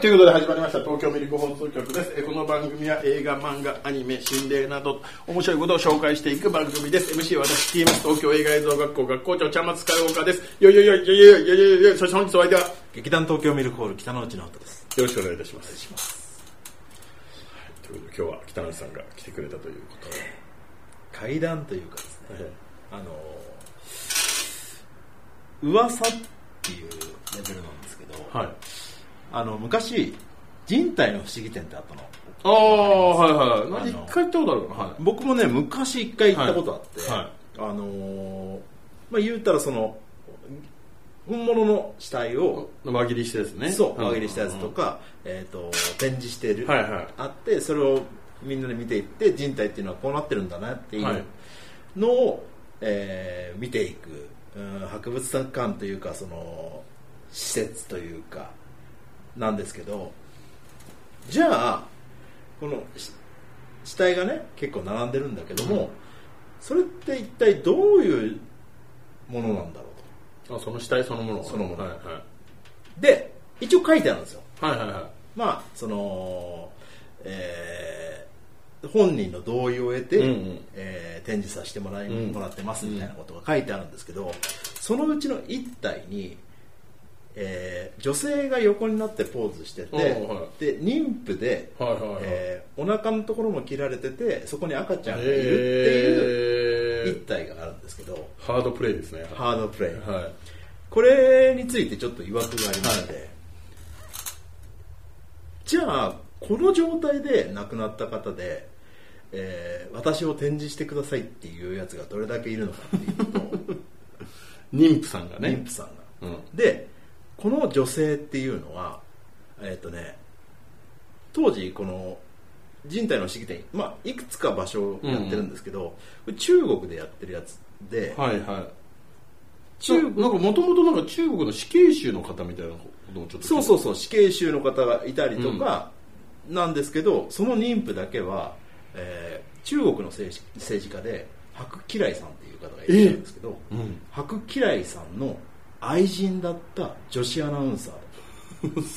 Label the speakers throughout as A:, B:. A: ということで始まりました東京ミルク放送局ですえーこの番組は映画漫画アニメ心霊など面白いことを紹介していく番組です MC は私 TMS 東京映画映像学校学校長ちゃんまつかようかですよいよいよいよいよいよいよいよいよそして本日お相手はよ
B: 劇団東京ミルクホール北の内の音です
A: ろしくお願いいたしますはいということで今日は北野さんが来てくれたということで、
B: 階段というかですね
A: え
B: あの噂っていうレベルなんですけど、
A: ーはい
B: あの昔人体の不思議展ってあったの
A: ああはいはい
B: あの
A: 一回行ったことあるかなはい
B: 僕もね昔一回行ったことあって、
A: はいはい
B: あのーまあ言うたらその本物の死体を
A: 輪切りしてですね
B: そう輪切りしたやつとか、えー、と展示してる、
A: はいはい
B: あってそれをみんなで見ていって人体っていうのはこうなってるんだなってい
A: はいう
B: のを、えー見ていく、うん、博物館というかその施設というかなんですけどじゃあこのし死体がね結構並んでるんだけども、それって一体どういうものなんだろうと
A: あその死体そのもの
B: そのもの
A: はいはい
B: で一応書いてあるんですよ
A: はいはいは
B: まあその、えー本人の同意を得て、
A: うんうん
B: えー展示させてもらい、
A: うん
B: もらってますみたいなことが書いてあるんですけど、そのうちの1体に、えー女性が横になってポーズしてて、
A: おーはい
B: で妊婦で、
A: いはいはいはい
B: えーお腹のところも切られててそこに赤ちゃんがいるっていう
A: え
B: 1体があるんですけど、
A: ー、ハードプレイですね
B: ハードプレイ、
A: はい
B: これについてちょっと疑惑がありまして、じゃあこの状態で亡くなった方で、えー私を展示してくださいっていうやつがどれだけいるのかっていうと、
A: 妊婦さんがね
B: 妊婦さんが、
A: うん
B: でこの女性っていうのはえーっ、とね当時この人体の不思議展、まあ、いくつか場所をやってるんですけど、これ中国でやってるやつで、
A: はいはい
B: 中
A: 中
B: 国
A: なんかもともとなんか中国の死刑囚の方みたいなこともちょっと
B: そうそううそう死刑囚の方がいたりとかなんですけど、その妊婦だけは、えー中国の政治政治家で白吉来さんっていう方がいらっしゃるんですけど、
A: うん
B: 白吉来さんの愛人だった女子アナウンサーだと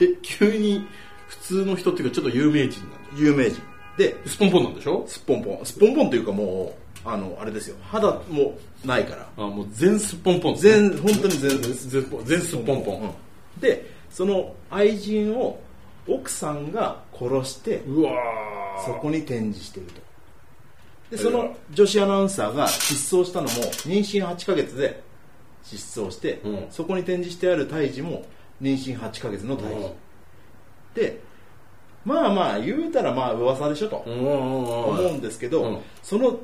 A: え急に普通の人っていうかちょっと有名人なんだ
B: 有名人で
A: スポンポンなんでしょ
B: すっぽんぽんすっぽんぽんというかもうあのあれですよ肌もないから
A: あもう全すっぽんぽん
B: 全本当に全
A: 全全ぽん全すっぽんぽん
B: うんでその愛人を奥さんが殺して
A: うわー
B: そこに展示してるとで
A: えー
B: その女子アナウンサーが失踪したのも妊娠8ヶ月で失踪して、
A: うん
B: そこに展示してある胎児も妊娠8ヶ月の胎児、
A: うん
B: でまあまあ言うたらまあ噂でしょと
A: うんうん
B: 思
A: うんう
B: うん
A: ん
B: ですけど、
A: うん
B: その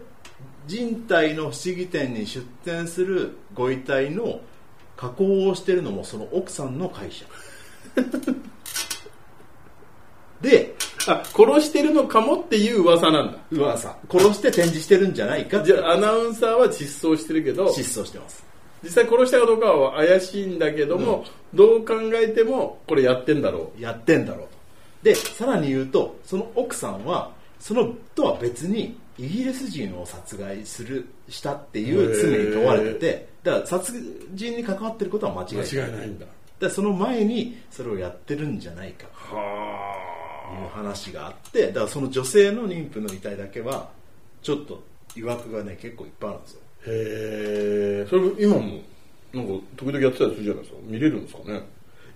B: 人体の不思議展に出展するご遺体の加工をしてるのもその奥さんの 会社で
A: あ殺してるのかもっていう噂なんだ
B: 噂殺して展示してるんじゃないかって
A: じゃあアナウンサーは失踪してるけど
B: 失踪してます
A: 実際殺したかどうかは怪しいんだけども、どう考えてもこれやってんだろ
B: やってんだろうとでさらに言うとその奥さんはそのとは別にイギリス人を殺害するしたっていう罪に問われててだから殺人に関わってることは間
A: う
B: 違いない
A: いんだ
B: でその前にそれをやってるんじゃないかという
A: は
B: 話があってだからその女性の妊婦の遺体だけはちょっと疑惑がね結構いっぱいあるんですよ
A: あへえそれ今もなんか時々やってたりするじゃないですか見れるんですかね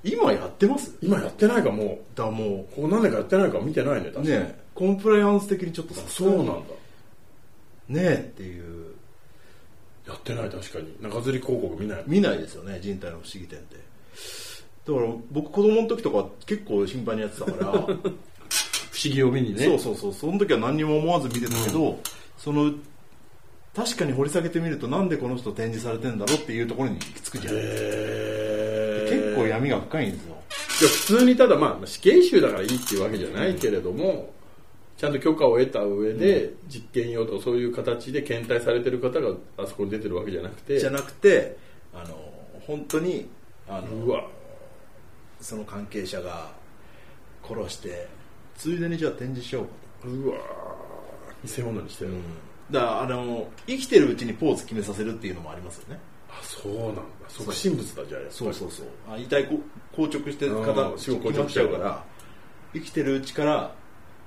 B: 今やってますだ
A: 今やってないかも
B: からも
A: うここ何年かやってないか見てないね確か
B: う
A: に
B: ねコンプライアンス的にちょっとさす
A: そう
B: がに
A: なんだ
B: ねえっていう
A: やってない確かに中吊り広告見ない
B: 見ないですよね人体の不思議点ってだから僕子供の時とか結構頻繁にやってたから、
A: 不思議を見にね
B: そうそうそうその時は何にも思わず見てたけど、その確かに掘り下げてみるとなんでこの人展示されてんだろうっていうところに行き着くじゃないですか
A: へえ
B: 結構闇が深いんですよ
A: いや普通にただまあ死刑囚だからいいっていうわけじゃないけれども、ちゃんと許可を得た上で実験用とかそういう形で検体されてる方があそこに出てるわけじゃなくて
B: じゃなくてあの本当にあの
A: うわ
B: その関係者が殺してついでにじゃあ展示しようか
A: うわ偽物にしてる、
B: と、だからあの生きてるうちにポーズ決めさせるっていうのもありますよね
A: あそうなんだ即身仏だじゃあやっぱり
B: そうそうそうあ遺体こ硬直してる方
A: うん死後硬直しちゃうから
B: 決ま生きてるうちから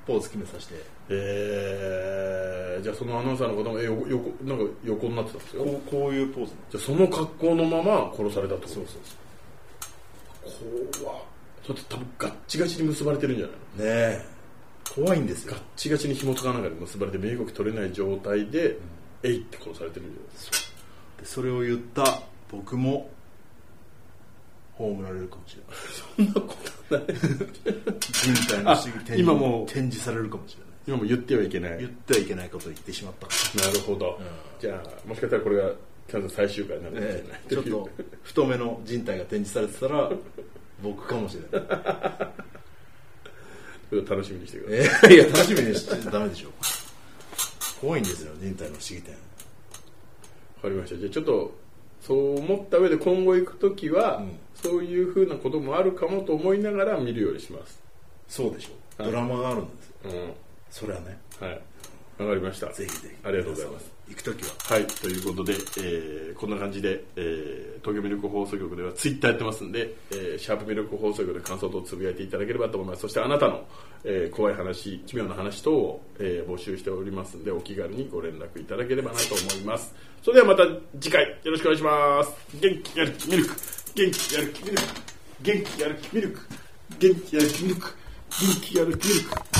B: ポーズ決めさせて
A: えー、じゃあそのアナウンサーの方もえ横横なんか横になってたんですよ
B: こうこういうポーズ
A: じゃあその格好のまま殺されたってこと
B: そうそう
A: 怖っそれって多分ガッチガチに結ばれてるんじゃないの
B: ねえ怖いんですよ
A: ガッチガチに紐とかなんかで結ばれて身動き取れない状態で、えいって殺されてるんじゃないですか
B: でそれを言った僕も葬られるかもしれない
A: そんなこと ない
B: 人体の不思議展示
A: 今もう
B: 展示されるかもしれない
A: 今も言ってはいけないな
B: 言
A: る
B: ってはいけないことを言ってしまったか
A: ほど、じゃあもしかしたらこれがキャンさん最終回になるかもし
B: も
A: れ
B: ね
A: ない、
B: ちょっと太めの人体が展示されてたら僕かもしれない
A: ちょっと楽しみにしてください、
B: えーいや楽しみにしちゃダメでしょ怖いんですよ人体の不思議展
A: わかりましたじゃあちょっとそう思った上で今後行く時は、
B: ん
A: そういうふうなこともあるかもと思いながら見るようにします
B: そうでしょ
A: はい
B: ドラマがあるんですよ
A: うん
B: それはね
A: はいわかりました
B: ぜひぜひ
A: ありがとうございます
B: 行く時は
A: はい、ということで、えーこんな感じで、えー東京ミルク放送局ではツイッターやってますんで、えーシャープミルク放送局で感想等をつぶやいていただければと思います。そしてあなたの、えー怖い話、奇妙な話等を、えー募集しておりますんで、お気軽にご連絡いただければなと思います。それではまた次回、よろしくお願いします。元気やる気ミルク、元気やる気ミルク、元気やる気ミルク、元気やる気ミルク、元気やる気ミルク。